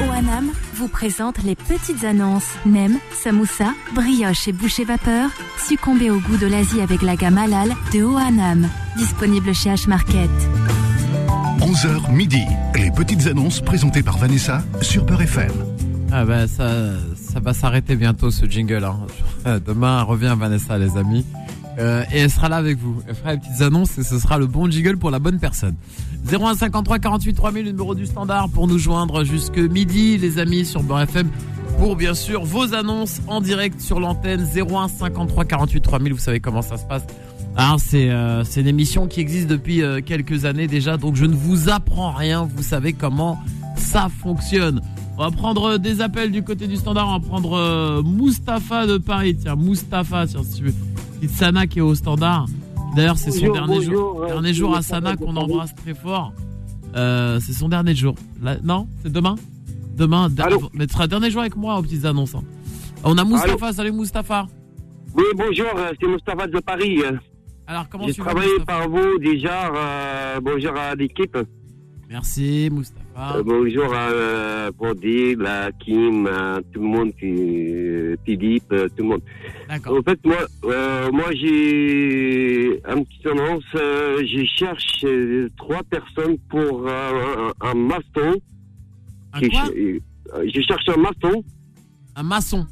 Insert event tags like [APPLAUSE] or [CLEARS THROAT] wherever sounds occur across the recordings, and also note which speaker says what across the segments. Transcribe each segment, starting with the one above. Speaker 1: OANAM vous présente les petites annonces. Nem, samoussa, brioche et boucher vapeur. Succombez au goût de l'Asie avec la gamme halal de OANAM. Disponible chez H-Market.
Speaker 2: 11h midi, les petites annonces présentées par Vanessa sur Peur FM.
Speaker 3: Ah bah ça, ça va s'arrêter bientôt ce jingle. hein. [LAUGHS] Demain revient Vanessa les amis. Euh, et elle sera là avec vous. Elle fera les petites annonces et ce sera le bon jingle pour la bonne personne. 0153 48 3000, le numéro du standard pour nous joindre jusque midi les amis sur Beurre FM. Pour bien sûr vos annonces en direct sur l'antenne 0153 48 3000, vous savez comment ça se passe. Alors c'est euh, c'est une émission qui existe depuis euh, quelques années déjà, donc je ne vous apprends rien, vous savez comment ça fonctionne. On va prendre euh, des appels du côté du standard, on va prendre euh, Mustapha de Paris, tiens Mustapha, tiens, si tu veux. Petite Sana qui est au standard. D'ailleurs c'est son
Speaker 4: Bonjour,
Speaker 3: dernier jour,
Speaker 4: bonjour, euh,
Speaker 3: dernier jour à
Speaker 4: Mustapha
Speaker 3: Sana
Speaker 4: de
Speaker 3: qu'on
Speaker 4: Paris.
Speaker 3: embrasse très fort. Euh, c'est son dernier jour. Là- non, c'est demain Demain, der-
Speaker 4: Allô
Speaker 3: mais tu seras dernier jour avec moi aux petites annonces. hein. On a Mustapha, salut Mustapha.
Speaker 4: Oui, bonjour, euh, c'est Mustapha de Paris. euh.
Speaker 3: Alors comment
Speaker 4: J'ai
Speaker 3: tu vas
Speaker 4: travaillé
Speaker 3: Mustapha
Speaker 4: par vous déjà. euh, bonjour à l'équipe.
Speaker 3: Merci Mustapha.
Speaker 4: Euh, bonjour à euh, Bodil, à Kim, à tout le monde, qui- Philippe, euh, tout le monde.
Speaker 3: D'accord.
Speaker 4: En fait, moi, euh, moi j'ai un petit annonce. euh, je cherche euh, trois personnes pour euh, un, un maçon.
Speaker 3: Un
Speaker 4: qui-
Speaker 3: quoi
Speaker 4: euh, je cherche un maçon.
Speaker 3: Un maçon.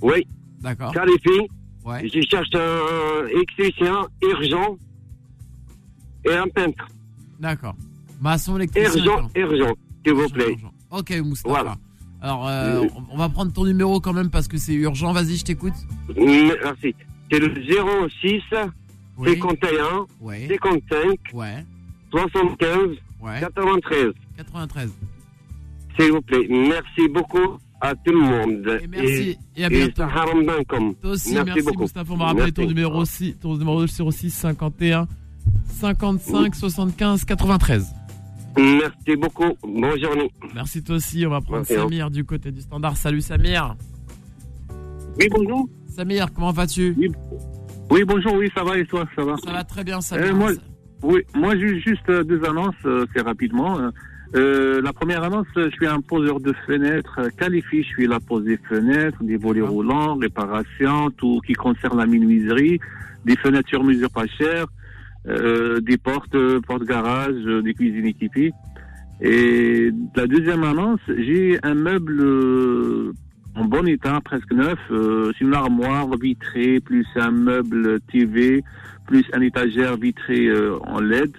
Speaker 4: Oui,
Speaker 3: D'accord.
Speaker 4: qualifié.
Speaker 3: Ah. Ouais.
Speaker 4: Je cherche un électricien urgent et un peintre.
Speaker 3: D'accord. Maçon électricien.
Speaker 4: Urgent, urgent, s'il vous
Speaker 3: urgent,
Speaker 4: plaît.
Speaker 3: urgent. Ok Mustapha.
Speaker 4: Voilà.
Speaker 3: Alors euh,
Speaker 4: Oui.
Speaker 3: on- on va prendre ton numéro quand même parce que c'est urgent. Vas-y, je t'écoute.
Speaker 4: Mm, Merci. C'est le 06
Speaker 3: Oui.
Speaker 4: 51
Speaker 3: Ouais.
Speaker 4: 55
Speaker 3: Ouais.
Speaker 4: 75
Speaker 3: Ouais.
Speaker 4: 93.
Speaker 3: 93.
Speaker 4: S'il vous plaît. Merci beaucoup à tout le monde.
Speaker 3: Et merci et à
Speaker 4: Et, et
Speaker 3: bientôt.
Speaker 4: Saharam Bankom.
Speaker 3: Toi aussi, merci,
Speaker 4: Merci beaucoup.
Speaker 3: Moustapha. On va rappeler ton
Speaker 4: Merci.
Speaker 3: numéro, si- ton numéro 06 51 55 75 93.
Speaker 4: Merci beaucoup. Bonne journée.
Speaker 3: Merci toi aussi. On va prendre
Speaker 4: Merci, hein.
Speaker 3: Samir du côté du standard. Salut Samir.
Speaker 5: Oui, bonjour.
Speaker 3: Samir, comment vas-tu
Speaker 5: Oui, bonjour, oui, ça va et toi, ça va
Speaker 3: Ça va très bien, Samir.
Speaker 5: Euh, moi, Oui, moi j'ai juste euh, deux annonces, euh, c'est rapidement. Euh, euh, la première annonce, euh, je suis un poseur de fenêtres euh, qualifié, je suis là pose des fenêtres, des volets
Speaker 3: Ah.
Speaker 5: roulants, réparation, tout qui concerne la menuiserie, des fenêtres sur mesure pas chères, euh, des portes, euh, portes-garage, euh, des cuisines équipées. Et la deuxième annonce, j'ai un meuble euh, en bon état, presque neuf, euh, c'est une armoire vitrée, plus un meuble TV, plus un étagère vitrée euh, en LED.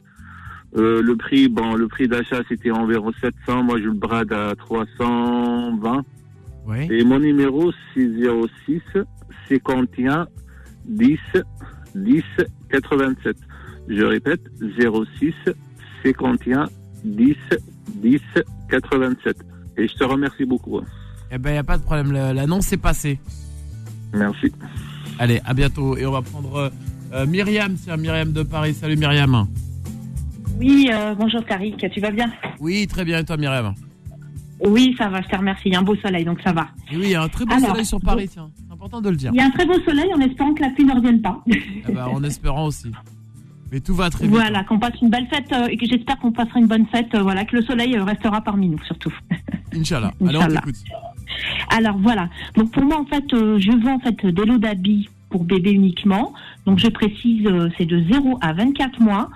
Speaker 5: Euh, le prix, bon, le prix d'achat c'était environ 700. Moi, je le brade à 320.
Speaker 3: Oui.
Speaker 5: Et mon numéro c'est 06 51 10 10 87. Je répète 06 51 10 10 87. Et je te remercie beaucoup. hein.
Speaker 3: Eh ben, y a pas de problème. le- L'annonce est passée.
Speaker 5: Merci.
Speaker 3: Allez, à bientôt. Et on va prendre euh, euh, Myriam. Tiens, Myriam de Paris. Salut Myriam.
Speaker 6: Oui, euh, bonjour Tariq, tu vas bien
Speaker 3: Oui, très bien. Et toi, Myriam
Speaker 6: Oui, ça va, je te remercie. Il y a un beau soleil, donc ça va.
Speaker 3: Et oui, il y a un très beau
Speaker 6: Alors,
Speaker 3: soleil sur Paris. Tiens, c'est important de le dire.
Speaker 6: Il y a un très beau soleil en espérant que la pluie ne revienne pas. [LAUGHS]
Speaker 3: Eh ben, en espérant aussi. Mais tout va très bien.
Speaker 6: voilà, qu'on passe une belle fête euh, et que j'espère qu'on passera une bonne fête. euh, voilà, que le soleil euh, restera parmi nous surtout.
Speaker 3: hein. Inch'Allah. Allez, on
Speaker 6: Inch'Allah.
Speaker 3: t'écoute.
Speaker 6: Alors voilà. Donc pour moi en fait, euh, je vends en fait des lots d'habits pour bébé uniquement. Donc je précise, euh, c'est de 0 à 24 mois.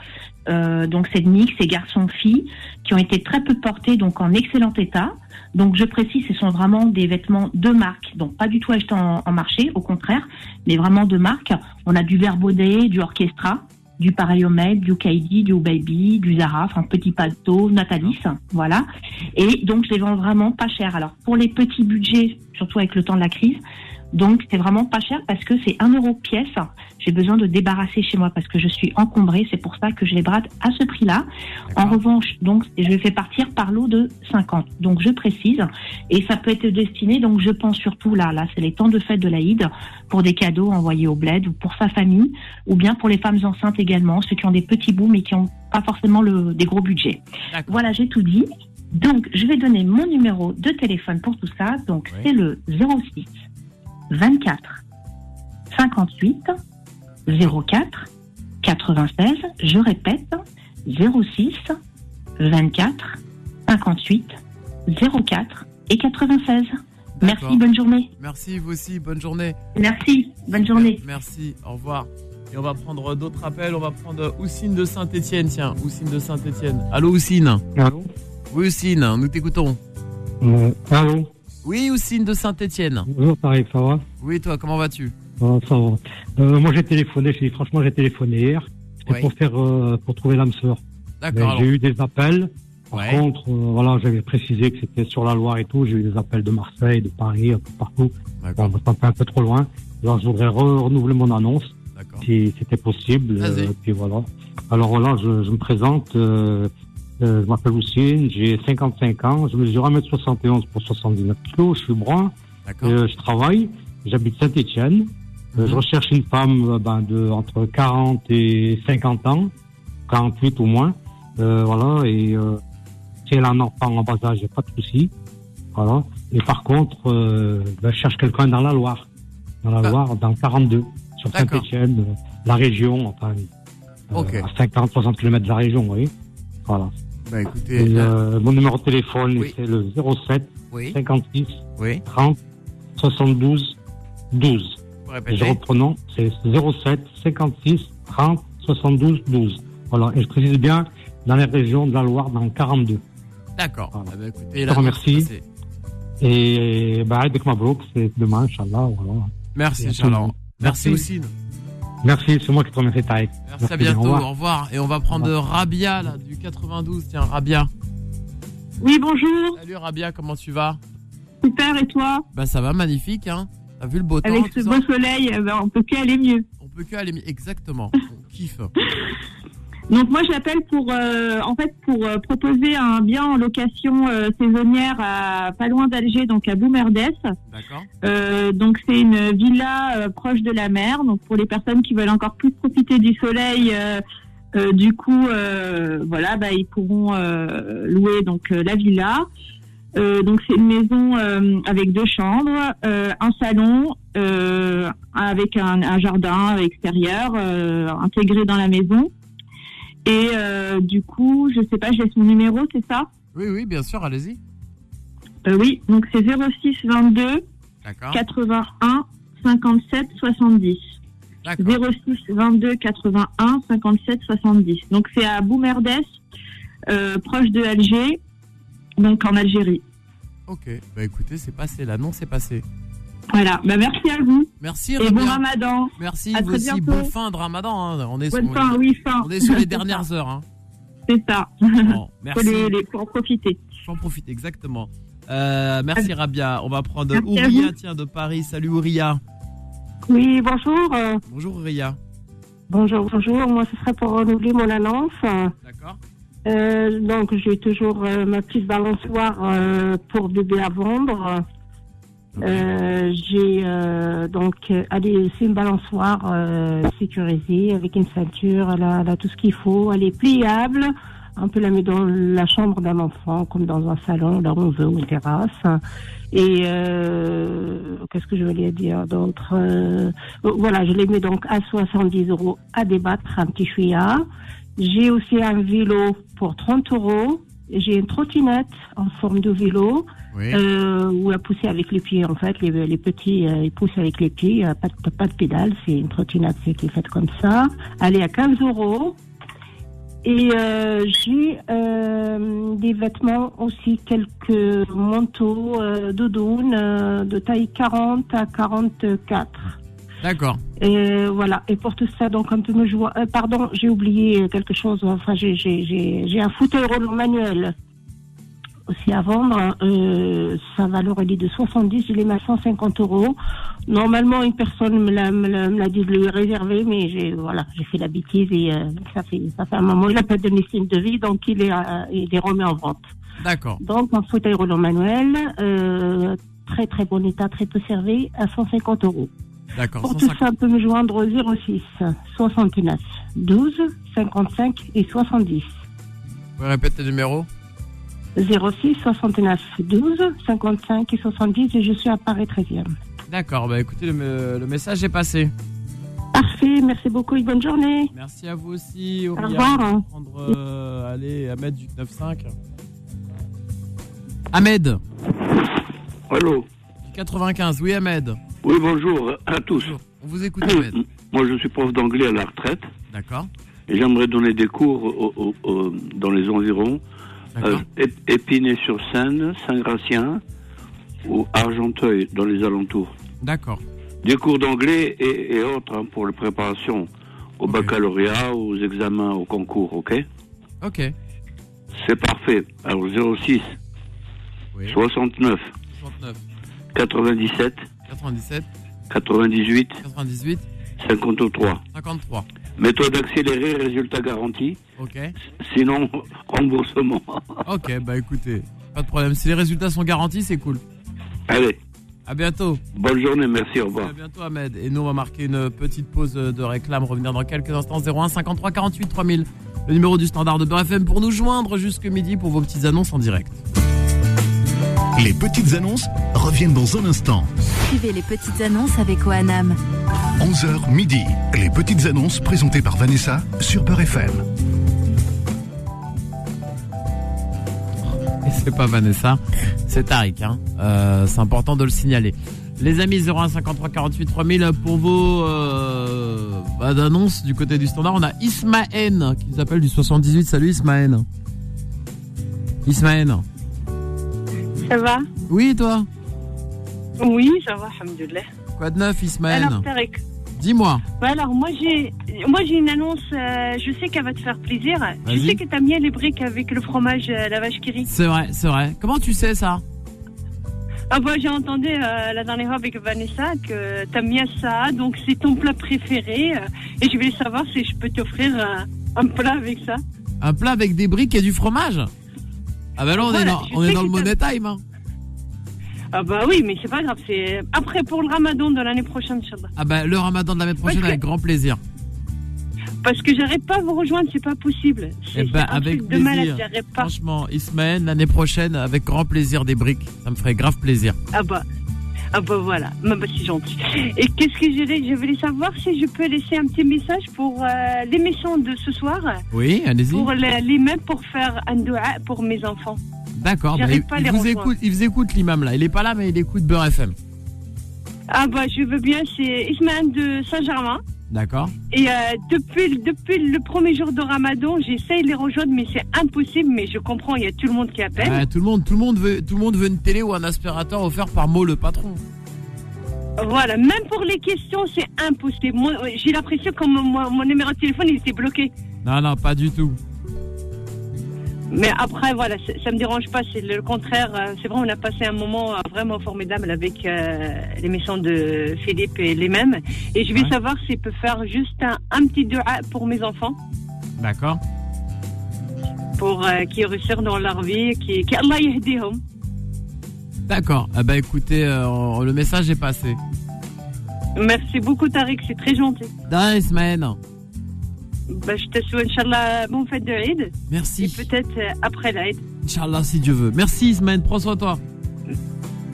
Speaker 6: Euh, donc c'est de mix et garçons-filles qui ont été très peu portés, donc en excellent état. Donc je précise, ce sont vraiment des vêtements de marque, donc pas du tout achetés en, en marché, au contraire, mais vraiment de marque. On a du Verbaudet, du Orchestra, du Paraliomed, du Kaidi, du Baby, du Zara, enfin Petit Palto, Natalis, voilà. Et donc, je les vends vraiment pas cher. Alors, pour les petits budgets, surtout avec le temps de la crise, donc c'est vraiment pas cher parce que c'est 1 euro pièce. J'ai besoin de débarrasser chez moi parce que je suis encombrée. C'est pour ça que je les brade à ce prix-là. En
Speaker 3: D'accord.
Speaker 6: revanche, donc, je les fais partir par lot de 50. Donc, je précise. Et ça peut être destiné, donc, je pense surtout là, là, c'est les temps de fête de l'Aïd pour des cadeaux envoyés au bled ou pour sa famille ou bien pour les femmes enceintes également, ceux qui ont des petits bouts mais qui n'ont pas forcément le, des gros budgets.
Speaker 3: D'accord.
Speaker 6: Voilà, j'ai tout dit. Donc, je vais donner mon numéro de téléphone pour tout ça. Donc,
Speaker 3: Oui.
Speaker 6: c'est le 06 24 58 04 96. Je répète, 06 24 58 04
Speaker 7: et 96.
Speaker 3: D'accord.
Speaker 7: Merci, bonne journée.
Speaker 3: Merci, vous aussi, bonne journée.
Speaker 7: Merci, bonne journée.
Speaker 3: Merci, au revoir. Et on va prendre d'autres appels. On va prendre euh, Oussine de Saint-Etienne, tiens. Oussine de Saint-Etienne. Allô, Oussine
Speaker 8: Allô
Speaker 3: Oui, Oussine, nous t'écoutons.
Speaker 8: Euh, Allô
Speaker 3: Oui, Oussine de Saint-Etienne.
Speaker 8: Bonjour, pareil, ça va
Speaker 3: Oui, toi, comment vas-tu
Speaker 8: Euh, Ça va. Euh, moi, j'ai téléphoné, je te dis, franchement, j'ai téléphoné hier. C'était
Speaker 3: Ouais.
Speaker 8: pour faire, euh, pour trouver l'âme sœur. Mais
Speaker 3: D'accord, alors.
Speaker 8: J'ai eu des appels. Par
Speaker 3: Ouais.
Speaker 8: contre, euh, voilà, j'avais précisé que c'était sur la Loire et tout. J'ai eu des appels de Marseille, de Paris, un peu partout. Bon, bah,
Speaker 3: D'accord,
Speaker 8: ça me fait un peu trop loin. Alors, je voudrais re- renouveler mon annonce,
Speaker 3: d'accord.
Speaker 8: si c'était possible.
Speaker 3: Vas-y.
Speaker 8: Euh, puis voilà. Alors voilà, je, je me présente. euh, euh, je m'appelle Lucine, j'ai 55 ans. Je mesure 1m71 pour 79 kg. Je suis brun.
Speaker 3: D'accord.
Speaker 8: Euh, je travaille, j'habite Saint-Étienne. Euh,
Speaker 3: Mhm.
Speaker 8: Je recherche une femme euh, ben, de entre 40 et 50 ans, 48 au moins. Euh, voilà, et euh, si elle a un enfant en bas âge, y a pas de souci. Voilà. Et par contre, euh, ben, je cherche quelqu'un dans la Loire, dans la
Speaker 3: Ah.
Speaker 8: Loire, dans 42, sur
Speaker 3: D'accord.
Speaker 8: Saint-Étienne, euh, la région, enfin, euh,
Speaker 3: Ok.
Speaker 8: à 50, 60 km de la région, vous voyez. Voilà.
Speaker 3: Bah écoutez,
Speaker 8: Et,
Speaker 3: euh,
Speaker 8: euh, mon numéro de téléphone,
Speaker 3: Oui.
Speaker 8: c'est le 07
Speaker 3: oui,
Speaker 8: 56
Speaker 3: oui,
Speaker 8: 30 72 12.
Speaker 3: vous
Speaker 8: Et je
Speaker 3: répétez.
Speaker 8: reprends, non, c'est 07 56 30 72 12. Voilà, et je précise bien dans les régions de la Loire, dans le 42.
Speaker 3: D'accord.
Speaker 8: Voilà.
Speaker 3: Ah bah écoutez,
Speaker 8: te
Speaker 3: là,
Speaker 8: remercie.
Speaker 3: c'est-
Speaker 8: Et bah, avec Mabrouk, c'est demain, Inch'Allah. Voilà.
Speaker 3: Merci,
Speaker 8: Merci.
Speaker 3: Charles. Merci,
Speaker 8: Merci.
Speaker 3: Oussine.
Speaker 8: Merci, c'est moi qui te remercie, Taïk.
Speaker 3: Merci, à
Speaker 8: bien,
Speaker 3: bientôt,
Speaker 8: au revoir.
Speaker 3: au revoir. Et on va prendre Rabia, là, du 92. Tiens, Rabia.
Speaker 6: Oui, bonjour.
Speaker 3: Salut, Rabia, comment tu vas
Speaker 6: Super, et toi
Speaker 3: Bah ça va, magnifique, hein. T'as vu le beau temps
Speaker 6: Avec ce
Speaker 3: tout ça
Speaker 6: beau soleil,
Speaker 9: euh,
Speaker 6: eh ben, on peut plus aller mieux.
Speaker 3: On peut que aller
Speaker 6: [LAUGHS]
Speaker 3: exactement. On kiffe.
Speaker 6: Donc moi, j'appelle pour, euh, en fait, pour euh, proposer un bien en location euh, saisonnière à pas loin d'Alger, donc à Boumerdès.
Speaker 3: D'accord.
Speaker 6: Euh, donc c'est une villa euh, proche de la mer. Donc pour les personnes qui veulent encore plus profiter du soleil, euh, euh, du coup, euh, voilà, bah, ils pourront euh, louer donc euh, la villa. Euh, donc c'est une maison euh, avec deux chambres, euh, un salon euh, avec un, un jardin extérieur euh, intégré dans la maison. Et euh, du coup, je sais pas, je laisse mon numéro, c'est ça
Speaker 3: Oui, oui, bien sûr, allez-y.
Speaker 6: Euh, Oui, donc c'est 06 22
Speaker 3: D'accord.
Speaker 6: 81 57 70.
Speaker 3: D'accord.
Speaker 6: 06 22 81 57 70. Donc c'est à Boumerdès, euh, proche de Alger, donc en Algérie.
Speaker 3: Ok. Bah écoutez, c'est passé, l'annonce est passée.
Speaker 6: Voilà, bah, merci à vous
Speaker 3: Merci,
Speaker 6: et
Speaker 3: Rabia.
Speaker 6: bon ramadan.
Speaker 3: Merci,
Speaker 6: À
Speaker 3: vous
Speaker 6: très
Speaker 3: aussi.
Speaker 6: bientôt.
Speaker 3: Bonne fin de ramadan. hein. On, est
Speaker 6: Bonne
Speaker 3: sur,
Speaker 6: fin, oui, fin.
Speaker 3: on
Speaker 6: [LAUGHS]
Speaker 3: est sur les dernières heures. Hein.
Speaker 6: C'est ça,
Speaker 10: [LAUGHS]
Speaker 3: Bon,
Speaker 6: pour,
Speaker 3: merci.
Speaker 6: les, les- pour en profiter.
Speaker 3: J'en profite, exactement. Euh, merci, Rabia. On va prendre
Speaker 6: Merci à
Speaker 3: Ouria, tiens, de Paris. Salut, Ouria.
Speaker 11: Oui, bonjour. euh,
Speaker 3: Bonjour, Ouria.
Speaker 11: Bonjour, bonjour. Moi, ce serait pour renouveler mon annonce.
Speaker 3: D'accord.
Speaker 11: Euh, donc, j'ai toujours euh, ma petite balançoire euh, pour bébé à vendre. Euh, j'ai euh, donc, euh, allez, c'est une balançoire euh, sécurisée avec une ceinture. Elle a, elle a tout ce qu'il faut. Elle est pliable. On peut la mettre dans la chambre d'un enfant, comme dans un salon, là où on veut, ou une terrasse. Et euh, qu'est-ce que je voulais dire d'autre Euh, Voilà, je les mets donc à 70 euros à débattre, un petit chouïa. J'ai aussi un vélo pour 30 euros. J'ai une trottinette en forme de vélo
Speaker 3: Oui.
Speaker 11: euh, où à pousser avec les pieds. En fait, les, les petits, euh, ils poussent avec les pieds. euh, Pas de, pas de pédale, c'est une trottinette c'est- qui est faite comme ça. Elle est à 15 euros. Et euh, j'ai euh, des vêtements aussi, quelques manteaux, euh, doudounes euh, de taille 40 à 44.
Speaker 3: D'accord.
Speaker 11: Et euh, voilà. Et pour tout ça, donc, on peut me jouer. euh, pardon, j'ai oublié quelque chose. Enfin, j'ai, j'ai, j'ai, j'ai un fauteuil roulant manuel aussi à vendre. Euh, sa valeur, elle est de 70. Je l'ai mis à 150 euros. Normalement, une personne me l'a, me l'a, me l'a dit de le réserver, mais j'ai, voilà, j'ai fait la bêtise et euh, ça, fait, ça fait un moment. Il n'a pas donné signe de vie, donc il est, euh, il est remis en vente.
Speaker 3: D'accord.
Speaker 11: Donc, un fauteuil roulant manuel, euh, très très bon état, très peu servi, à 150 euros.
Speaker 3: D'accord.
Speaker 11: Pour tout
Speaker 3: 150.
Speaker 11: ça, on peut me joindre au 06 69 12 55 et 70.
Speaker 3: Vous répétez le numéro
Speaker 11: 06 69 12 55 et 70 et je suis à Paris 13e.
Speaker 3: D'accord. Bah écoutez, le, me- le message est passé.
Speaker 11: Parfait, merci beaucoup et bonne journée.
Speaker 3: Merci à vous aussi, Ouria.
Speaker 11: Au revoir.
Speaker 3: prendre, euh, aller à mettre du 9-5. Ahmed,
Speaker 12: Allô
Speaker 3: 95, oui Ahmed.
Speaker 12: Oui, bonjour à tous.
Speaker 3: On vous écoute, Ahmed.
Speaker 12: [CLEARS THROAT] Moi, je suis prof d'anglais à la retraite.
Speaker 3: D'accord.
Speaker 12: Et j'aimerais donner des cours au- au- au- dans les environs.
Speaker 3: D'accord.
Speaker 12: Euh, Ép- Épinay-sur-Seine, Saint-Gratien ou Argenteuil, dans les alentours.
Speaker 3: D'accord.
Speaker 12: Des cours d'anglais et, et autres hein, pour la préparation au baccalauréat, aux examens, au concours, ok
Speaker 3: Ok.
Speaker 12: C'est parfait. Alors 06
Speaker 3: Oui.
Speaker 12: 69
Speaker 3: 69,
Speaker 12: 97
Speaker 3: 97,
Speaker 12: 98
Speaker 3: 98,
Speaker 12: 53.
Speaker 3: 53.
Speaker 12: Méthode accélérée, résultat garanti.
Speaker 3: Ok.
Speaker 12: Sinon, [LAUGHS] remboursement.
Speaker 3: Ok, bah écoutez, pas de problème. Si les résultats sont garantis, c'est cool.
Speaker 12: Allez.
Speaker 3: À bientôt.
Speaker 12: Bonne journée, merci, au revoir.
Speaker 3: À bientôt, Ahmed. Et nous, on va marquer une petite pause de réclame. Revenir dans quelques instants. 01 53 48 3000. Le numéro du standard de Beurre FM pour nous joindre jusque midi pour vos petites annonces en direct.
Speaker 2: Les petites annonces reviennent dans un instant.
Speaker 1: Suivez les petites annonces avec OANAM.
Speaker 2: 11h midi. Les petites annonces présentées par Vanessa sur Peur FM.
Speaker 3: Et c'est pas Vanessa, c'est Tariq. hein. Euh, c'est important de le signaler. Les amis, 01 53 48 3000 pour vos euh, bah, d'annonces du côté du standard. On a Ismaën qui nous appelle du 78. Salut Ismaën. Ismaën.
Speaker 9: Ça va
Speaker 3: Oui, et toi
Speaker 9: Oui, ça va, alhamdoulilah.
Speaker 3: Quoi de neuf, Ismaël
Speaker 9: Alors, Tarek,
Speaker 3: Dis-moi.
Speaker 9: bah alors moi j'ai moi j'ai une annonce, euh, je sais qu'elle va te faire plaisir. Je
Speaker 3: Vas-y.
Speaker 9: sais que t'aimes bien les briques avec le fromage euh, la vache qui rit.
Speaker 3: C'est vrai, c'est vrai. Comment tu sais ça
Speaker 9: Ah bah j'ai entendu euh, la dernière fois avec Vanessa que t'aimes bien ça, donc c'est ton plat préféré. euh, et je voulais savoir si je peux t'offrir euh, un plat avec ça.
Speaker 3: Un plat avec des briques et du fromage Ah bah là, on est
Speaker 9: Voilà,
Speaker 3: dans,
Speaker 9: je
Speaker 3: on est
Speaker 9: sais
Speaker 3: dans le
Speaker 9: que
Speaker 3: money
Speaker 9: t'as-
Speaker 3: time. hein.
Speaker 9: Ah bah oui, mais c'est pas grave, c'est après pour le ramadan de l'année prochaine, Inch'Allah.
Speaker 3: Ah bah le ramadan de l'année prochaine avec grand plaisir.
Speaker 9: Parce que j'arrive pas à vous rejoindre, c'est pas possible. C'est
Speaker 3: Eh ben,
Speaker 9: c'est un
Speaker 3: avec
Speaker 9: truc de malade,
Speaker 3: plaisir.
Speaker 9: j'arrive pas.
Speaker 3: Franchement, Ismaël, l'année prochaine, avec grand plaisir des briques. Ça me ferait grave plaisir.
Speaker 9: Ah bah, ah bah voilà, Ah bah, c'est gentil. Et qu'est-ce que j'ai Je voulais savoir si je peux laisser un petit message pour euh, l'émission de ce soir.
Speaker 3: Oui, allez-y.
Speaker 9: Pour les, les mêmes pour faire un doua pour mes enfants.
Speaker 3: D'accord, bah,
Speaker 9: J'arrive
Speaker 3: il,
Speaker 9: pas à
Speaker 3: il
Speaker 9: les
Speaker 3: vous
Speaker 9: rejoindre.
Speaker 3: écoute, il vous écoute l'imam là. Il est pas là, mais il écoute Beurre FM.
Speaker 9: Ah bah je veux bien, c'est Ismaël de Saint-Germain.
Speaker 3: D'accord
Speaker 9: Et euh, depuis, depuis le premier jour de Ramadan, j'essaye de les rejoindre, mais c'est impossible. Mais je comprends, il y a tout le monde qui appelle.
Speaker 3: Ouais, Bah, tout, le monde, tout, le monde veut, tout le monde veut une télé ou un aspirateur offert par Mo le patron.
Speaker 9: Voilà, même pour les questions, c'est impossible. Moi, euh, j'ai l'impression que mon, mon- mon numéro de téléphone, il était bloqué.
Speaker 3: Non, non, pas du tout.
Speaker 9: Mais après, voilà, ça ça me dérange pas. C'est le contraire. euh, C'est vrai, on a passé un moment euh, vraiment formidable avec euh, l'émission de Philippe et les mêmes. Et je vais
Speaker 3: Ouais.
Speaker 9: savoir s'il peut faire juste un, un petit dua pour mes enfants,
Speaker 3: D'accord
Speaker 9: pour euh, qu'ils réussissent dans leur vie, qui qui Allah yahdihum.
Speaker 3: D'accord. Ah bah écoutez, euh, on- le message est passé.
Speaker 9: Merci beaucoup, Tariq. C'est très gentil.
Speaker 3: D'un Ismaël.
Speaker 9: Bah, je te souhaite, Inch'Allah, bonne fête de l'Aïd.
Speaker 3: Merci.
Speaker 9: Et peut-être euh, après l'Aïd.
Speaker 3: Inch'Allah, si Dieu veut. Merci Ismaël, prends soin de toi.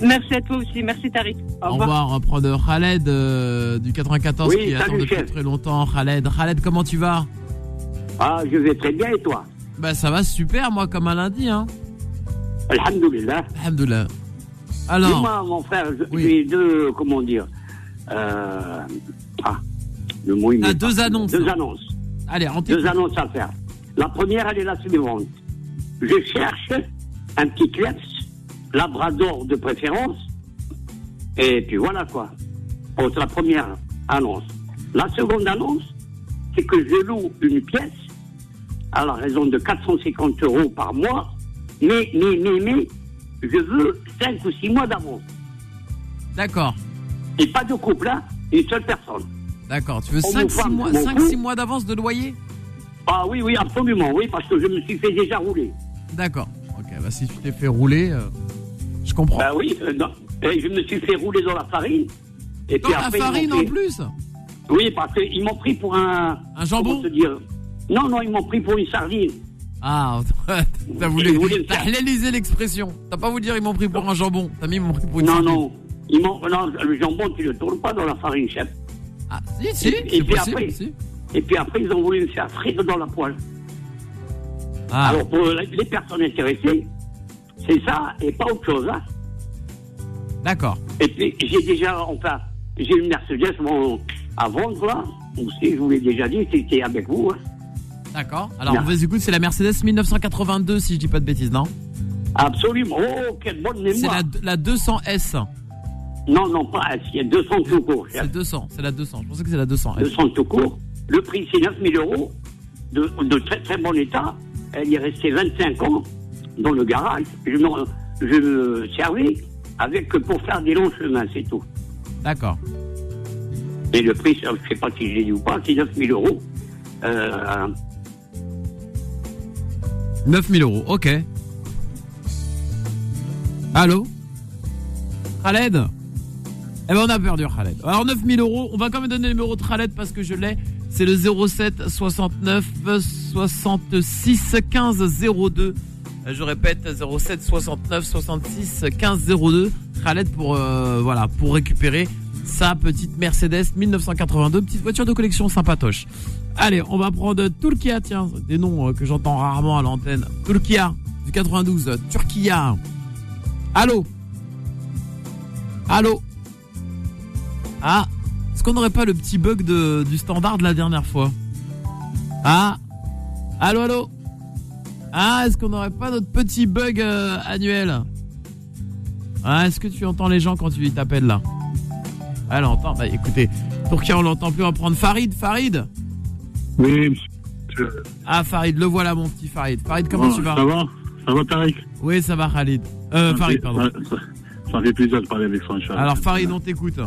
Speaker 9: Merci à toi aussi. Merci, Tariq. Au,
Speaker 3: Au revoir, on va prendre Khaled euh, du 94
Speaker 13: Oui,
Speaker 3: qui
Speaker 13: salut,
Speaker 3: attend depuis
Speaker 13: chef.
Speaker 3: très longtemps. Khaled, Khaled, comment tu vas
Speaker 13: Ah, je vais très bien et toi
Speaker 3: Bah ça va super, moi, comme un lundi. Hein.
Speaker 13: Alhamdulillah.
Speaker 3: Alhamdoulilah. Alors,
Speaker 13: Dis-moi, mon frère, je-
Speaker 3: Oui.
Speaker 13: j'ai deux, comment dire euh, Ah, le mot il
Speaker 3: T'as
Speaker 13: m'est
Speaker 3: Ah, deux
Speaker 13: parti.
Speaker 3: annonces.
Speaker 13: Deux annonces.
Speaker 3: Allez, on
Speaker 13: Deux annonces à faire. La première, elle est la suivante. Je cherche un petit kleps, labrador de préférence. Et puis voilà quoi. Pour la première annonce. La seconde annonce, c'est que je loue une pièce à la raison de 450 euros par mois. Mais, mais, mais, mais, je veux 5 ou 6 mois d'avance.
Speaker 3: D'accord.
Speaker 13: Et pas de couple, hein, une seule personne.
Speaker 3: D'accord, tu veux
Speaker 13: On vous
Speaker 3: 5-6
Speaker 13: parle
Speaker 3: mois,
Speaker 13: beaucoup.
Speaker 3: cinq, six mois d'avance de loyer
Speaker 13: Ah oui, oui, absolument, oui, parce que je me suis fait déjà rouler.
Speaker 3: D'accord. Ok, bah si tu t'es fait rouler, euh, je comprends.
Speaker 13: Bah oui, euh, non. Et je me suis fait rouler dans la farine. Et
Speaker 3: Dans la
Speaker 13: après, ils m'ont
Speaker 3: farine en
Speaker 13: fait-
Speaker 3: plus
Speaker 13: Oui, parce qu'ils m'ont pris pour un.
Speaker 3: Un jambon
Speaker 13: comment te dire Non, non, ils m'ont pris pour une sardine.
Speaker 3: Ah, [LAUGHS] t'as
Speaker 13: Ils
Speaker 3: voulu.
Speaker 13: voulaient me
Speaker 3: T'as
Speaker 13: faire-
Speaker 3: halalisé l'expression. T'as pas voulu dire ils m'ont pris pour un jambon. T'as mis ils m'ont pris pour une
Speaker 13: Non,
Speaker 3: sardine.
Speaker 13: non. Ils m'ont... non. Le jambon, tu le tournes pas dans la farine, chef.
Speaker 3: Ah, si, si,
Speaker 13: Et- et
Speaker 3: c'est
Speaker 13: puis
Speaker 3: possible.
Speaker 13: après-
Speaker 3: si.
Speaker 13: Et puis après, ils ont voulu me faire frire dans la poêle.
Speaker 3: Ah,
Speaker 13: Alors, pour les personnes intéressées, C'est ça et pas autre chose. hein.
Speaker 3: D'accord.
Speaker 13: Et puis, j'ai déjà, enfin, j'ai une Mercedes bon, à vendre, là. Aussi, je vous l'ai déjà dit, c'était avec vous. hein.
Speaker 3: D'accord. Alors,
Speaker 13: Non.
Speaker 3: mauvaise écoute, c'est la Mercedes 1982, si je dis pas de bêtises, non
Speaker 13: Absolument. Oh, quelle bonne
Speaker 3: C'est
Speaker 13: mémoire.
Speaker 3: la, la 200S.
Speaker 13: Non, non, pas. Il y a 200 tout court.
Speaker 3: C'est 200, c'est la 200. Je pensais que c'est la 200S.
Speaker 13: 200 tout court. Le prix, c'est 9000 euros, de, de très très bon état. Elle est restée 25 ans dans le garage. Je, m'en- je me servais avec que pour faire des longs chemins, c'est tout.
Speaker 3: D'accord.
Speaker 13: Et le prix, ça, je ne sais pas si je l'ai dit ou pas, c'est 9000 euros. Euh,
Speaker 3: 9000 euros, ok. Allô Khaled Eh ben on a perdu Khaled. Alors 9000 euros, on va quand même donner le numéro de Khaled parce que je l'ai. C'est le 07 69 66 15 02. Euh, Je répète 07 69 66 15 02. Khaled pour euh, voilà pour récupérer sa petite Mercedes 1982, petite voiture de collection sympatoche. Allez, on va prendre Turquia, tiens, des noms euh, que j'entends rarement à l'antenne. Turquia, du 92, euh, Turquia. Allô Allô Ah, est-ce qu'on n'aurait pas le petit bug de, du standard de la dernière fois Ah Allô, allô Ah, est-ce qu'on n'aurait pas notre petit bug euh, annuel ah, Est-ce que tu entends les gens quand tu t'appelles là Ah, l'entend. Bah écoutez, Turquia, on l'entend plus, on va prendre Farid, Farid
Speaker 14: Oui,
Speaker 3: Ah Farid, le voilà mon petit Farid. Farid, comment
Speaker 14: Ouais,
Speaker 3: tu vas
Speaker 14: ça va Ça va, Tariq
Speaker 3: Oui, ça va, Khalid. Euh,
Speaker 14: Ça
Speaker 3: Farid,
Speaker 14: fait-
Speaker 3: pardon.
Speaker 14: Ça, ça fait plaisir de parler avec toi, Inch'Allah.
Speaker 3: Alors Farid, on t'écoute.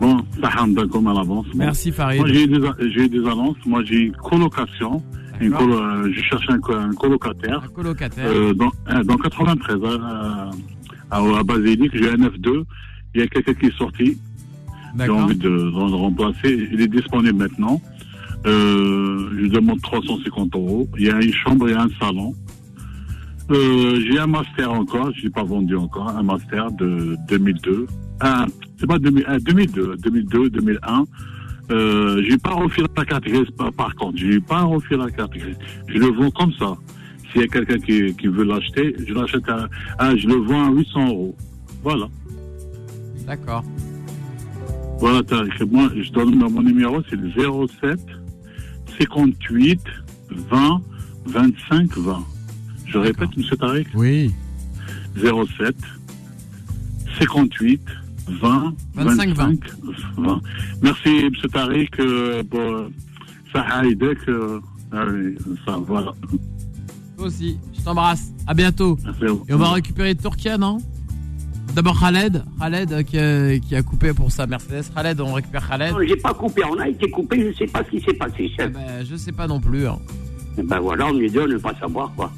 Speaker 14: Bon, ça rentre comme à l'avance. Bon.
Speaker 3: Merci, Farid.
Speaker 14: Moi, j'ai eu des, j'ai eu des annonces. Moi, j'ai une colocation. Une
Speaker 3: D'accord.
Speaker 14: colo- euh, je cherche un, co- un colocataire.
Speaker 3: Colocataire.
Speaker 14: Euh, dans, euh, dans 93, à, à, à Basilique, j'ai un F2. Il y a quelqu'un qui est sorti. J'ai
Speaker 3: D'accord.
Speaker 14: envie de, de le remplacer. Il est disponible maintenant. Euh, je demande 350 euros. Il y a une chambre et un salon. Euh, j'ai un master encore. Je n'ai pas vendu encore. Un master de 2002. Ah, c'est pas 2000, ah, 2002, 2002, 2001. Euh, j'ai pas refilé la carte grise par, par contre. J'ai pas refilé la carte grise. Je le vends comme ça. S'il y a quelqu'un qui, qui veut l'acheter, je l'achète à, ah, je le vends à 800 euros. Voilà.
Speaker 3: D'accord.
Speaker 14: Voilà, Tariq. Et Moi, je donne mon mon numéro, c'est le 07 58 20 25 20. Je répète, monsieur Tariq
Speaker 3: Oui.
Speaker 14: 07 58 20
Speaker 3: 25
Speaker 14: 25
Speaker 3: 20.
Speaker 14: 20. Merci, monsieur Tariq. euh, pour ça, Haïdek. euh, allez, ça, voilà.
Speaker 3: Toi aussi, je t'embrasse. À bientôt. Et on va récupérer Turquia, non D'abord Khaled, Khaled euh, qui a, qui a coupé pour sa Mercedes. Khaled, on récupère Khaled.
Speaker 13: non, j'ai pas coupé, on a été coupé, je ne sais pas ce qui s'est passé.
Speaker 3: Ah ben, je sais pas non plus. hein.
Speaker 13: ben voilà, on est deux à ne pas savoir, quoi.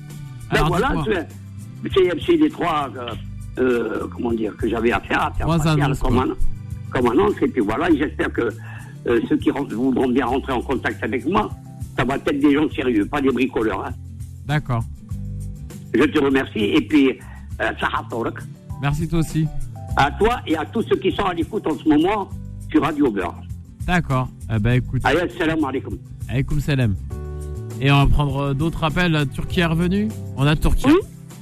Speaker 13: Ben
Speaker 3: Alors,
Speaker 13: voilà,
Speaker 3: dis-moi.
Speaker 13: c'est- c'est c'est les trois, euh, euh, comment dire, que j'avais à faire, à faire
Speaker 3: Trois
Speaker 13: passer à-
Speaker 3: annonces,
Speaker 13: comme,
Speaker 3: quoi.
Speaker 13: annon- comme annonce. Et puis voilà, et j'espère que euh, ceux qui ren- voudront bien rentrer en contact avec moi, ça va être des gens sérieux, pas des bricoleurs. hein.
Speaker 3: D'accord.
Speaker 13: Je te remercie. Et puis, euh, Sarah Torek,
Speaker 3: Merci toi aussi.
Speaker 13: à toi et à tous ceux qui sont à l'écoute en ce moment sur Radio Beurre.
Speaker 3: D'accord. Eh ben écoute.
Speaker 13: Allez, salam alaikum.
Speaker 3: Alaykoum salam. Et on va prendre euh, d'autres appels. La Turquie est revenue On a Turquie.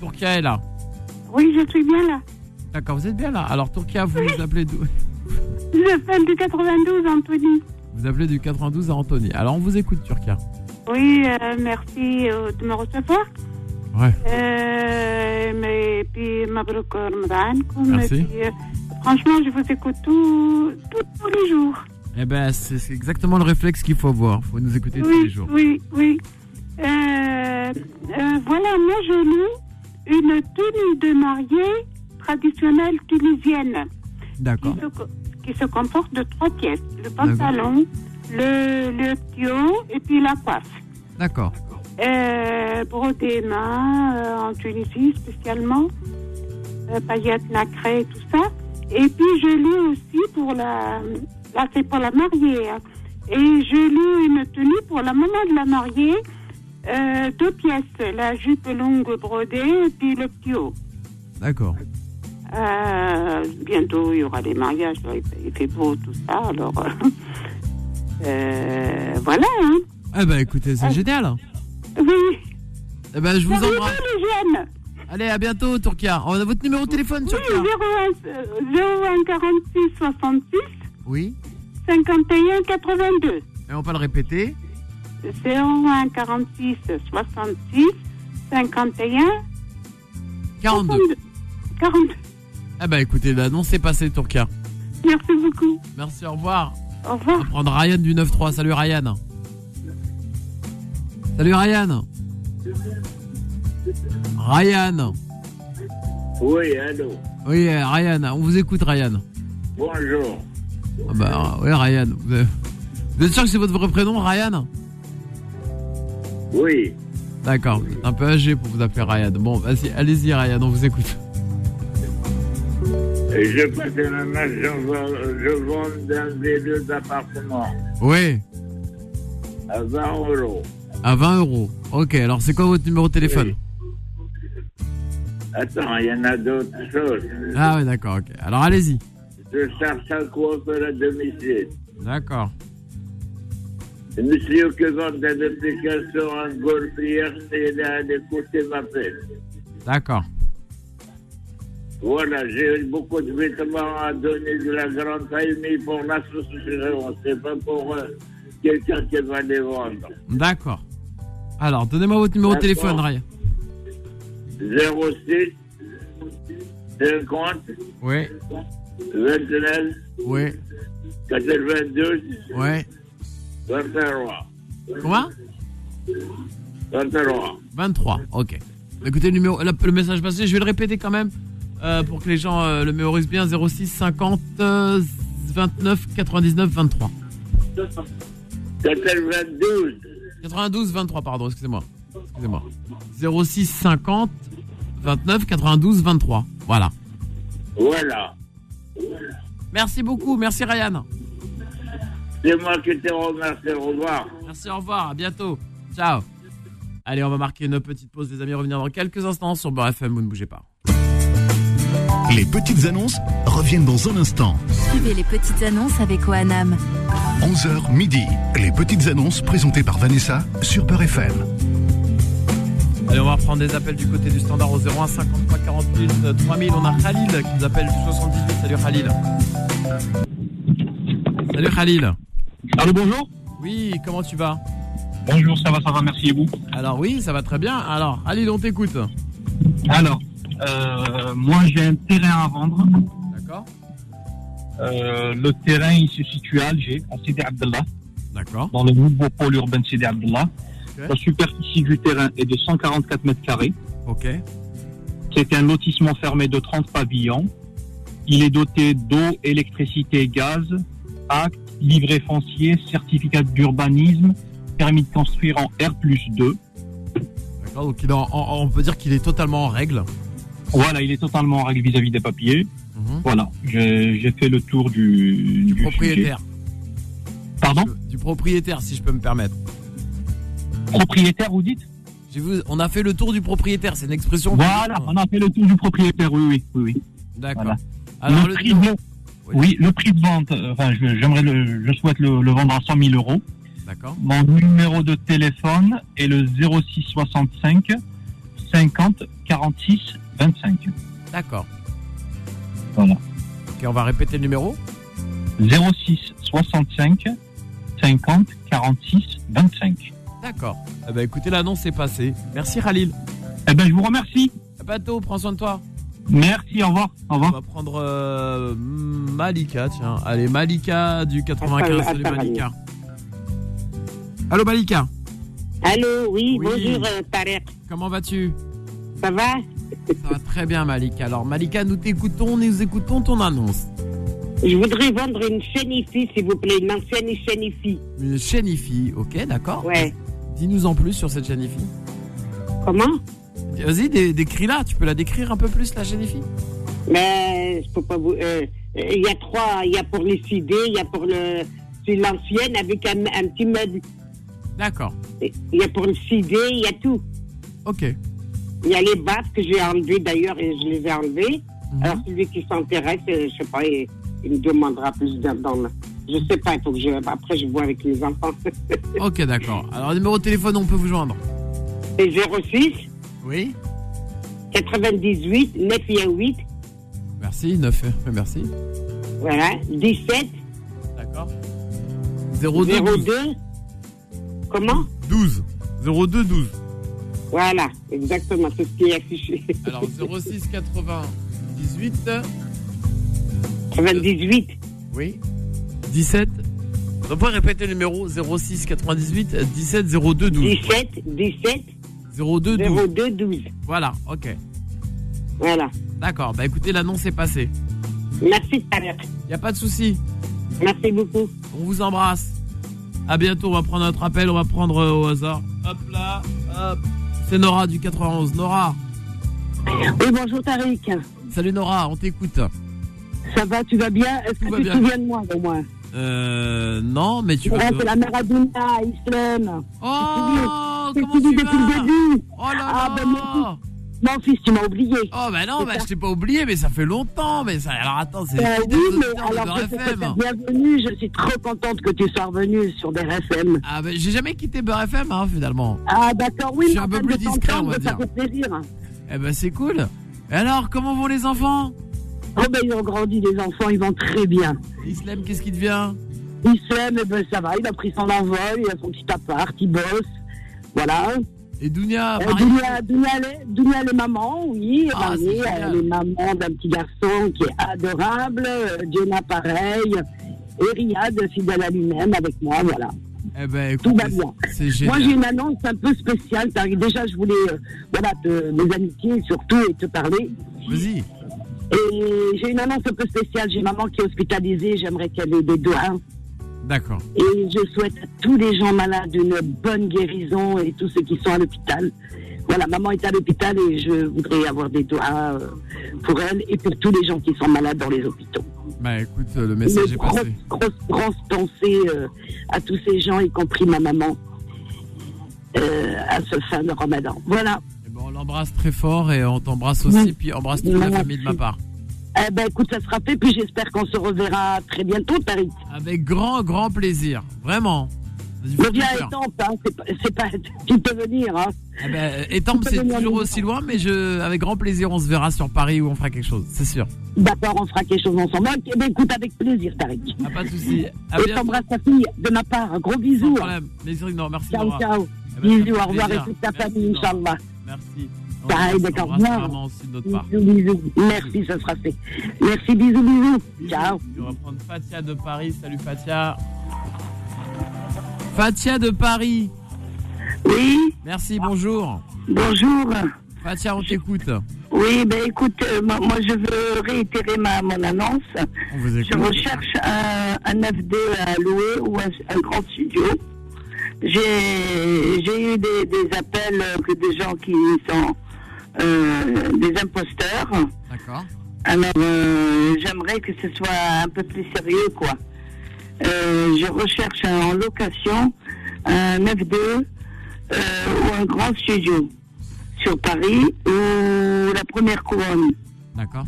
Speaker 3: Turquie est là.
Speaker 10: Oui, je suis bien là.
Speaker 3: D'accord, vous êtes bien là. Alors Turquie, vous vous appelez d'où
Speaker 10: [LAUGHS] Le fan du 92, Anthony.
Speaker 3: Vous appelez du 92 à Anthony. Alors on vous écoute Turquia.
Speaker 10: Oui, euh, merci euh, de me recevoir.
Speaker 3: Ouais.
Speaker 10: Euh, mais puis, Mabrouk Ramadan. comme,
Speaker 3: Merci.
Speaker 10: et puis, euh, franchement, je vous écoute tout, tout- tous les jours.
Speaker 3: Eh ben c'est c'est exactement le réflexe qu'il faut avoir. Faut nous écouter tous les
Speaker 10: Oui,
Speaker 3: jours.
Speaker 10: oui, oui. Euh, euh, voilà, moi, je lis une tenue de mariée traditionnelle tunisienne.
Speaker 3: D'accord.
Speaker 10: qui se, co- qui se comporte de trois pièces le pantalon, le, le tuyau et puis la coiffe.
Speaker 3: D'accord.
Speaker 10: Euh, brodé main euh, en Tunisie spécialement, euh, paillettes nacrées et tout ça. Et puis je lis aussi pour la. Là, c'est pour la mariée. hein. Et je lis une tenue pour la maman de la mariée, euh, deux pièces, la jupe longue brodée et puis le tuyau.
Speaker 3: D'accord.
Speaker 10: Euh, bientôt, il y aura des mariages. là, il, il fait beau, tout ça. Alors, [LAUGHS] euh, voilà. Hein.
Speaker 3: Eh ben écoutez, c'est génial.
Speaker 10: Oui.
Speaker 3: Eh ben je vous
Speaker 10: Ah. Salut,
Speaker 3: embrasse.
Speaker 10: les jeunes.
Speaker 3: Allez, à bientôt, Turquia. On a votre numéro de téléphone,
Speaker 10: Oui,
Speaker 3: Turquia
Speaker 10: 01 46 66
Speaker 3: Oui.
Speaker 10: 51 82.
Speaker 3: Et on va le répéter.
Speaker 10: 01 46 66 51
Speaker 3: 42.
Speaker 10: 42.
Speaker 3: Ah bah écoutez, l'annonce est passée, Turquia.
Speaker 10: Merci beaucoup.
Speaker 3: Merci, au revoir.
Speaker 10: Au revoir.
Speaker 3: On va prendre Ryan du 9-3. Salut Ryan. Salut Ryan. Ryan.
Speaker 15: Oui, allô.
Speaker 3: Oui, euh, Ryan, on vous écoute, Ryan.
Speaker 15: Bonjour.
Speaker 3: Ah bah ouais, Ryan. Vous êtes- vous êtes sûr que c'est votre vrai prénom, Ryan
Speaker 15: Oui.
Speaker 3: D'accord, vous êtes un peu âgé pour vous appeler Ryan. Bon, vas-y, allez-y, Ryan, on vous écoute.
Speaker 15: Je passe la main, je vends, je vends dans des deux appartements
Speaker 3: Oui,
Speaker 15: à 20 euros.
Speaker 3: à 20 euros. Ok, alors c'est quoi votre numéro de téléphone
Speaker 15: Attends, il y en a d'autres choses.
Speaker 3: Ah ouais, d'accord, ok. Alors allez-y.
Speaker 15: Je cherche un coiffeur à domicile.
Speaker 3: D'accord.
Speaker 15: Monsieur qui vend des applications en golfière, c'est là d'écouter ma pelle.
Speaker 3: D'accord.
Speaker 15: Voilà, j'ai beaucoup de vêtements à donner de la grande taille, mais pour l'association, c'est pas pour euh, quelqu'un qui va les vendre.
Speaker 3: D'accord. Alors, donnez-moi votre numéro de
Speaker 15: D'accord.
Speaker 3: téléphone, Ryan.
Speaker 15: 06 50
Speaker 3: Oui,
Speaker 15: 29
Speaker 3: oui,
Speaker 15: 82
Speaker 3: oui.
Speaker 15: 23.
Speaker 3: Comment
Speaker 15: 23.
Speaker 3: 23, ok. Écoutez, le, numéro, la- le message passé, je vais le répéter quand même euh, pour que les gens euh, le mémorisent bien 06 50 euh, 29 99 23.
Speaker 15: 92.
Speaker 3: 92 23, pardon, excusez-moi. Excusez-moi. 06 50 29 92 23. Voilà.
Speaker 15: Voilà.
Speaker 3: Merci beaucoup, merci Ryan.
Speaker 15: C'est moi qui te remercie. Au revoir.
Speaker 3: Merci, au revoir, à bientôt. Ciao. Allez, on va marquer une petite pause, les amis, revenir dans quelques instants sur Beurre FM, vous ne bougez pas.
Speaker 2: Les petites annonces reviennent dans un instant.
Speaker 1: Suivez les petites annonces avec OANAM.
Speaker 2: 11h midi, les petites annonces présentées par Vanessa sur Peur FM.
Speaker 3: Allez, on va reprendre des appels du côté du standard au 01 53 48 3000. euh, On a Khalil qui nous appelle du 78. Salut Khalil. Salut Khalil.
Speaker 16: Allô, bonjour.
Speaker 3: Oui, comment tu vas
Speaker 16: Bonjour, ça va, ça va, merci et vous
Speaker 3: Alors oui, ça va très bien. Alors, Khalil, on t'écoute.
Speaker 16: Alors, euh, moi j'ai un terrain à vendre.
Speaker 3: D'accord.
Speaker 16: Euh, le terrain il se situe à Alger, à Sidi Abdallah.
Speaker 3: D'accord.
Speaker 16: Dans le nouveau pôle urbain de Sidi Abdallah.
Speaker 3: Ok.
Speaker 16: La superficie du terrain est de 144 mètres carrés.
Speaker 3: Ok.
Speaker 16: C'est un lotissement fermé de 30 pavillons. Il est doté d'eau, électricité, gaz, acte, livret foncier, certificat d'urbanisme, permis de construire en R2.
Speaker 3: D'accord, donc il est en- en- on peut dire qu'il est totalement en règle.
Speaker 16: Voilà, il est totalement en règle vis-à-vis des papiers.
Speaker 3: Mhm.
Speaker 16: Voilà, je- j'ai fait le tour du, du
Speaker 3: Propriétaire.
Speaker 16: sujet. Pardon
Speaker 3: Du propriétaire, si je peux me permettre.
Speaker 16: Propriétaire, vous dites
Speaker 3: J'ai vu, on a fait le tour du propriétaire, c'est une expression.
Speaker 16: Voilà, on a fait le tour du propriétaire, oui, oui, oui. oui.
Speaker 3: D'accord.
Speaker 16: Voilà.
Speaker 3: Alors,
Speaker 16: le
Speaker 3: le-
Speaker 16: prix de... Oui, le prix de vente, euh, enfin, je- j'aimerais le, je souhaite le, le vendre à 100 000 euros.
Speaker 3: D'accord.
Speaker 16: Mon numéro de téléphone est le 06 65 50 46 25.
Speaker 3: D'accord.
Speaker 16: Voilà.
Speaker 3: Ok, on va répéter le numéro.
Speaker 16: 06 65 50 46 25.
Speaker 3: D'accord. Eh ben, écoutez, l'annonce est passée. Merci Khalil.
Speaker 16: Eh ben, je vous remercie.
Speaker 3: À bientôt, prends soin de toi.
Speaker 16: Merci, au revoir. Au revoir.
Speaker 3: On va prendre euh, Malika, tiens. Allez, Malika du 95. Salut
Speaker 17: Attends,
Speaker 3: Malika. Allô Malika.
Speaker 17: Allô, oui,
Speaker 3: Oui.
Speaker 17: bonjour euh, Tarek.
Speaker 3: Comment vas-tu
Speaker 17: Ça va
Speaker 3: Ça va très bien Malika. Alors Malika, nous t'écoutons, nous écoutons ton annonce.
Speaker 17: Je voudrais vendre une chaîne IFI, s'il vous plaît, une ancienne chaîne IFI.
Speaker 3: Une chaîne IFI, ok, d'accord
Speaker 17: Ouais.
Speaker 3: Dis-nous en plus sur cette chaîne IFI.
Speaker 17: Comment
Speaker 3: Vas-y, dé- décris-la, tu peux la décrire un peu plus la chaîne IFI
Speaker 17: Mais je peux pas vous. euh, euh, Il y a trois. Il y a pour les CD, il y a pour le. C'est l'ancienne avec un, un petit meuble.
Speaker 3: D'accord.
Speaker 17: Il y a pour le CD, il y a tout.
Speaker 3: Ok.
Speaker 17: Il y a les battes que j'ai enlevées d'ailleurs et je les ai enlevées.
Speaker 3: Mhm.
Speaker 17: Alors celui qui s'intéresse, euh, je sais pas, il, il me demandera plus dans. dans le- Je sais pas, il faut que je. Après, je vois avec les enfants. [LAUGHS]
Speaker 3: Ok, d'accord. Alors, numéro de téléphone, on peut vous joindre
Speaker 17: Et 06
Speaker 3: Oui.
Speaker 17: 98 918,
Speaker 3: Merci, 9, merci.
Speaker 17: voilà, 17.
Speaker 3: D'accord.
Speaker 17: 02.
Speaker 3: 02
Speaker 17: Comment
Speaker 3: 12. 02 12.
Speaker 17: Voilà, exactement, c'est ce qui est affiché.
Speaker 3: Alors
Speaker 18: [LAUGHS]
Speaker 3: 06 80 18
Speaker 17: 98.
Speaker 3: Oui. 17. On peut répéter le numéro 06 98 17 02 12.
Speaker 17: 17 17
Speaker 3: 02 12.
Speaker 17: 02 12.
Speaker 3: Voilà, OK.
Speaker 17: Voilà.
Speaker 3: D'accord. Bah écoutez, l'annonce est passée.
Speaker 17: Merci tout à l'heure.
Speaker 3: Y a pas de souci.
Speaker 17: Merci beaucoup.
Speaker 3: On vous embrasse. À bientôt, on va prendre notre appel, on va prendre euh, au hasard. Hop là, hop. C'est Nora du 91. Nora.
Speaker 18: Oui, bonjour Tariq.
Speaker 3: Salut Nora, on t'écoute.
Speaker 18: Ça va, tu vas Eh bien Est-ce que
Speaker 3: va
Speaker 18: tu
Speaker 3: bien.
Speaker 18: te souviens de moi au moins
Speaker 3: Euh non, mais tu
Speaker 18: Ouais,
Speaker 3: vas
Speaker 18: C'est la mère Adina, Islam.
Speaker 3: Oh,
Speaker 18: C'est suivi depuis le début. ah, ben, mon, fils, mon fils, tu m'as oublié.
Speaker 3: Oh, ben non, bah,
Speaker 18: ben
Speaker 3: je t'ai pas oublié, mais ça fait longtemps. Mais ça... Alors attends, c'est les
Speaker 18: oui,
Speaker 3: fidèles
Speaker 18: mais
Speaker 3: auditeurs de
Speaker 18: alors
Speaker 3: Beurre
Speaker 18: je te souhaite
Speaker 3: FM.
Speaker 18: la bienvenue, je suis trop contente que tu sois revenue sur des FM.
Speaker 3: Ah, ben j'ai jamais quitté Beurre FM, hein, finalement.
Speaker 18: Ah d'accord, oui,
Speaker 3: Je suis
Speaker 18: mais
Speaker 3: un peu
Speaker 18: enfin,
Speaker 3: plus
Speaker 18: de
Speaker 3: discret, on
Speaker 18: t'entendre,
Speaker 3: va
Speaker 18: ça
Speaker 3: dire.
Speaker 18: fait plaisir.
Speaker 3: Eh ben c'est cool. Et alors, comment vont les enfants
Speaker 18: Oh ben ils ont grandi, les enfants, ils vont très bien.
Speaker 3: Islam, qu'est-ce qui devient
Speaker 18: Islam, eh ben ça va, il a pris son envol, il a son petit appart, il bosse, voilà.
Speaker 3: Et Dounia,
Speaker 18: euh,
Speaker 3: Marie-
Speaker 18: Dounia, Dounia, elle est- Dounia, elle est maman, oui,
Speaker 3: Ah,
Speaker 18: mariée,
Speaker 3: c'est génial.
Speaker 18: elle est maman d'un petit garçon qui est adorable, euh, Jenna pareil, et Riyad, fidèle à lui-même, avec moi, voilà.
Speaker 3: Eh ben
Speaker 18: Tout
Speaker 3: écoute,
Speaker 18: va bien.
Speaker 3: c'est
Speaker 18: Moi,
Speaker 3: génial.
Speaker 18: j'ai une annonce un peu spéciale. Tariq. Déjà, je voulais, euh, voilà, te- mes amitiés surtout, et te parler.
Speaker 3: Vas-y.
Speaker 18: Et j'ai une annonce un peu spéciale. J'ai maman qui est hospitalisée. J'aimerais qu'elle ait des doigts.
Speaker 3: D'accord.
Speaker 18: Et je souhaite à tous les gens malades une bonne guérison et tous ceux qui sont à l'hôpital. Voilà, maman est à l'hôpital et je voudrais avoir des doigts euh, pour elle et pour tous les gens qui sont malades dans les hôpitaux.
Speaker 3: Bah écoute, le message
Speaker 18: Une
Speaker 3: est
Speaker 18: grosse,
Speaker 3: passé.
Speaker 18: grosse, grosse pensée euh, à tous ces gens, y compris ma maman, euh, à ce fin de ramadan. Voilà.
Speaker 3: On l'embrasse très fort et on t'embrasse aussi, puis embrasse toute la
Speaker 18: Merci.
Speaker 3: famille de ma part.
Speaker 18: Eh ben, écoute, ça sera fait, puis j'espère qu'on se reverra très bientôt, Tariq.
Speaker 3: Avec grand, grand plaisir. Vraiment. Vas-y,
Speaker 18: Le
Speaker 3: fais-moi
Speaker 18: bien
Speaker 3: peur.
Speaker 18: étant, hein, c'est pas, c'est pas, tu peux venir, hein.
Speaker 3: Eh ben, Étampes,
Speaker 18: Tu peux
Speaker 3: c'est
Speaker 18: venir
Speaker 3: toujours
Speaker 18: nous-
Speaker 3: aussi loin, mais je, avec grand plaisir, on se verra sur Paris où on fera quelque chose, c'est sûr.
Speaker 18: D'accord, on fera quelque chose ensemble. Ok, ben, écoute, avec plaisir, Tariq.
Speaker 3: Ah, pas de souci. À
Speaker 18: Et
Speaker 3: bientôt.
Speaker 18: t'embrasse ta fille de ma part. Un gros bisou. hein.
Speaker 3: Plaisir, non, merci.
Speaker 18: Ciao,
Speaker 3: Nora.
Speaker 18: ciao.
Speaker 3: Eh ben, ça me
Speaker 18: Bisous,
Speaker 3: fait
Speaker 18: au revoir et
Speaker 3: plaisir.
Speaker 18: toute ta famille, Inch'Allah.
Speaker 3: Merci. On
Speaker 18: Pareil,
Speaker 3: embrasse-
Speaker 18: d'accord.
Speaker 3: on embrasse vraiment aussi de notre part.
Speaker 18: Bisous, bisous. Merci, ça sera fait. Merci, bisous, bisous. Ciao.
Speaker 3: Et On va prendre Fatia de Paris. Salut Fatia. Fatia de Paris.
Speaker 19: Oui.
Speaker 3: Merci, bonjour.
Speaker 19: Bonjour.
Speaker 3: Fatia, on t'écoute.
Speaker 19: Oui, ben écoute, euh, moi, moi, je veux réitérer ma, mon annonce.
Speaker 3: On vous
Speaker 19: Je
Speaker 3: écoute.
Speaker 19: recherche un, un FD à louer ou un, un grand studio. J'ai j'ai eu des, des appels euh, que des gens qui sont euh, des imposteurs.
Speaker 3: D'accord.
Speaker 19: Alors, Ah, euh, j'aimerais que ce soit un peu plus sérieux, quoi. Euh, je recherche un- en location un FD euh, ou un grand studio sur Paris ou la première couronne.
Speaker 3: D'accord.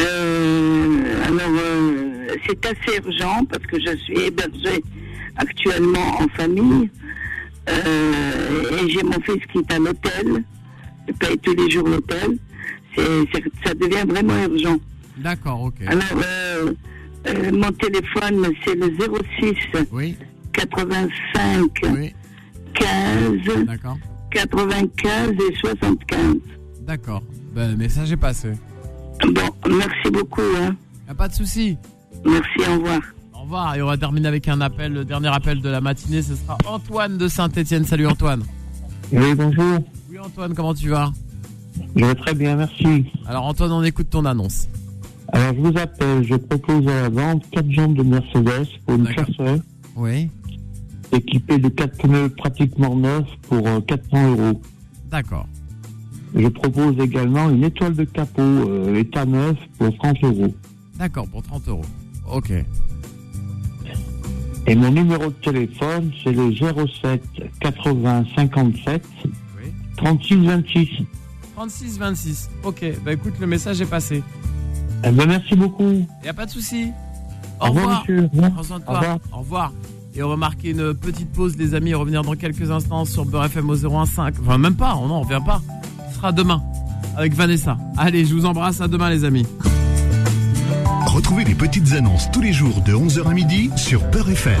Speaker 19: Euh, alors, euh, c'est assez urgent parce que je suis hébergée actuellement en famille Euh, et j'ai mon fils qui est à l'hôtel. Je paye tous les jours l'hôtel. C'est- c'est- Ça devient vraiment urgent.
Speaker 3: D'accord, ok.
Speaker 19: Alors, euh, euh, mon téléphone, c'est le 06 85 15 95 et 75.
Speaker 3: D'accord. Ben, le message est passé.
Speaker 19: Bon, merci beaucoup. Hein.
Speaker 3: Y a pas de souci.
Speaker 19: Merci, au revoir.
Speaker 3: Au revoir. Et on va terminer avec un appel, le dernier appel de la matinée. Ce sera Antoine de Saint-Etienne. Salut Antoine.
Speaker 20: Oui, bonjour.
Speaker 3: Oui, Antoine, comment tu vas
Speaker 20: Je vais très bien, merci.
Speaker 3: Alors, Antoine, on écoute ton annonce.
Speaker 20: Alors, je vous appelle. Je propose à la vente quatre jambes de Mercedes pour une personne
Speaker 3: Oui.
Speaker 20: équipée de quatre pneus pratiquement neufs pour euh, 400 euros.
Speaker 3: D'accord.
Speaker 20: Je propose également une étoile de capot euh, état neuf pour 30 euros.
Speaker 3: D'accord, pour 30 euros. Ok.
Speaker 20: Et mon numéro de téléphone, c'est le 07 80 57 36 26.
Speaker 3: 36 26. Ok, bah écoute, le message est passé.
Speaker 20: Eh ben, merci beaucoup.
Speaker 3: Y a pas de souci.
Speaker 20: Au
Speaker 3: Au
Speaker 20: revoir,
Speaker 3: revoir.
Speaker 20: monsieur.
Speaker 3: Prends soin de
Speaker 20: Au
Speaker 3: toi.
Speaker 20: revoir.
Speaker 3: Au revoir. Et on va marquer une petite pause, les amis, et revenir dans quelques instants sur Beurre FM au 015. Enfin, même pas, on n'en revient pas. Ce sera demain. avec Vanessa. Allez, je vous embrasse, à demain les amis.
Speaker 2: Retrouvez les petites annonces tous les jours de 11h à midi sur Peur FM.